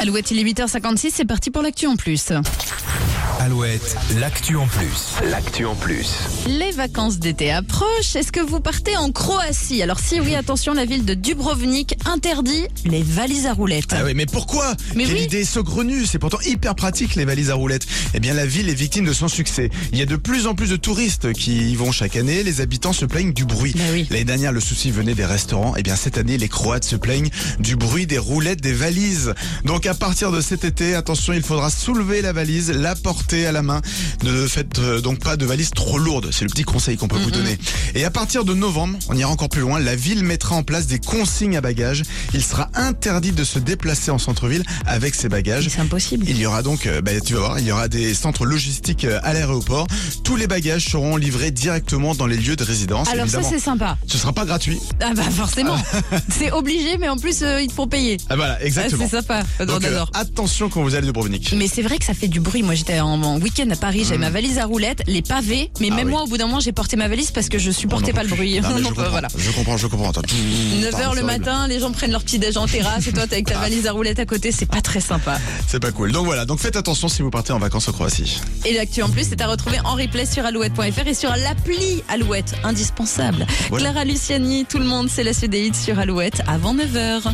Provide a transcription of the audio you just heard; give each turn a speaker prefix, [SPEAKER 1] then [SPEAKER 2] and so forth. [SPEAKER 1] Alouette, il est 8h56, c'est parti pour l'actu en plus.
[SPEAKER 2] Alouette, l'actu en plus. L'actu en plus.
[SPEAKER 1] Les vacances d'été approchent. Est-ce que vous partez en Croatie Alors si oui, attention, la ville de Dubrovnik interdit les valises à roulettes.
[SPEAKER 2] Ah oui, mais pourquoi
[SPEAKER 1] Mais
[SPEAKER 2] Quelle
[SPEAKER 1] oui.
[SPEAKER 2] idée saugrenue C'est pourtant hyper pratique les valises à roulettes. Eh bien, la ville est victime de son succès. Il y a de plus en plus de touristes qui y vont chaque année. Les habitants se plaignent du bruit.
[SPEAKER 1] Bah oui.
[SPEAKER 2] L'année dernière, le souci venait des restaurants. Eh bien, cette année, les Croates se plaignent du bruit des roulettes des valises. Donc, à partir de cet été, attention, il faudra soulever la valise, la porter à la main. Ne faites euh, donc pas de valise trop lourde. C'est le petit conseil qu'on
[SPEAKER 1] Mm-hmm.
[SPEAKER 2] peut vous donner. Et à partir de novembre, on ira encore plus loin. La ville mettra en place des consignes à bagages. Il sera interdit de se déplacer en centre-ville avec ses bagages.
[SPEAKER 1] Mais C'est impossible.
[SPEAKER 2] Il y aura donc, euh, bah, tu vas voir, il y aura des centres logistiques euh, à l'aéroport. Tous les bagages seront livrés directement dans les lieux de résidence.
[SPEAKER 1] Alors
[SPEAKER 2] évidemment.
[SPEAKER 1] ça c'est sympa.
[SPEAKER 2] Ce sera pas gratuit.
[SPEAKER 1] Ah bah forcément. c'est obligé, mais en plus euh, ils te font payer.
[SPEAKER 2] Ah voilà,
[SPEAKER 1] Ah,
[SPEAKER 2] exactement.
[SPEAKER 1] c'est sympa. J'adore,
[SPEAKER 2] Donc, euh,
[SPEAKER 1] j'adore.
[SPEAKER 2] attention quand vous allez de Brovnik.
[SPEAKER 1] Mais c'est vrai que ça fait du bruit. Moi, j'étais en, en week-end à Paris, j'avais ma valise à roulettes, les pavés. Mais
[SPEAKER 2] Mmh. Ah
[SPEAKER 1] même
[SPEAKER 2] oui. Oh
[SPEAKER 1] moi, au bout d'un moment, j'ai porté ma valise parce que je supportais pas le bruit.
[SPEAKER 2] Non, mais
[SPEAKER 1] On
[SPEAKER 2] je,
[SPEAKER 1] en peut-
[SPEAKER 2] comprends,
[SPEAKER 1] voilà.
[SPEAKER 2] je comprends, je comprends. Attends.
[SPEAKER 1] 9h
[SPEAKER 2] Pardon,
[SPEAKER 1] le
[SPEAKER 2] c'est horrible.
[SPEAKER 1] matin, les gens prennent leur petit déj en terrasse et toi t'es avec ta valise à roulettes à côté, c'est pas très sympa.
[SPEAKER 2] C'est pas cool. Donc voilà, donc faites attention si vous partez en vacances en Croatie.
[SPEAKER 1] Et l'actu en plus c'est à retrouver en replay sur alouette.fr et sur l'appli Alouette, indispensable.
[SPEAKER 2] Voilà.
[SPEAKER 1] Clara Luciani, tout le monde, c'est la suite des hits sur Alouette avant 9h.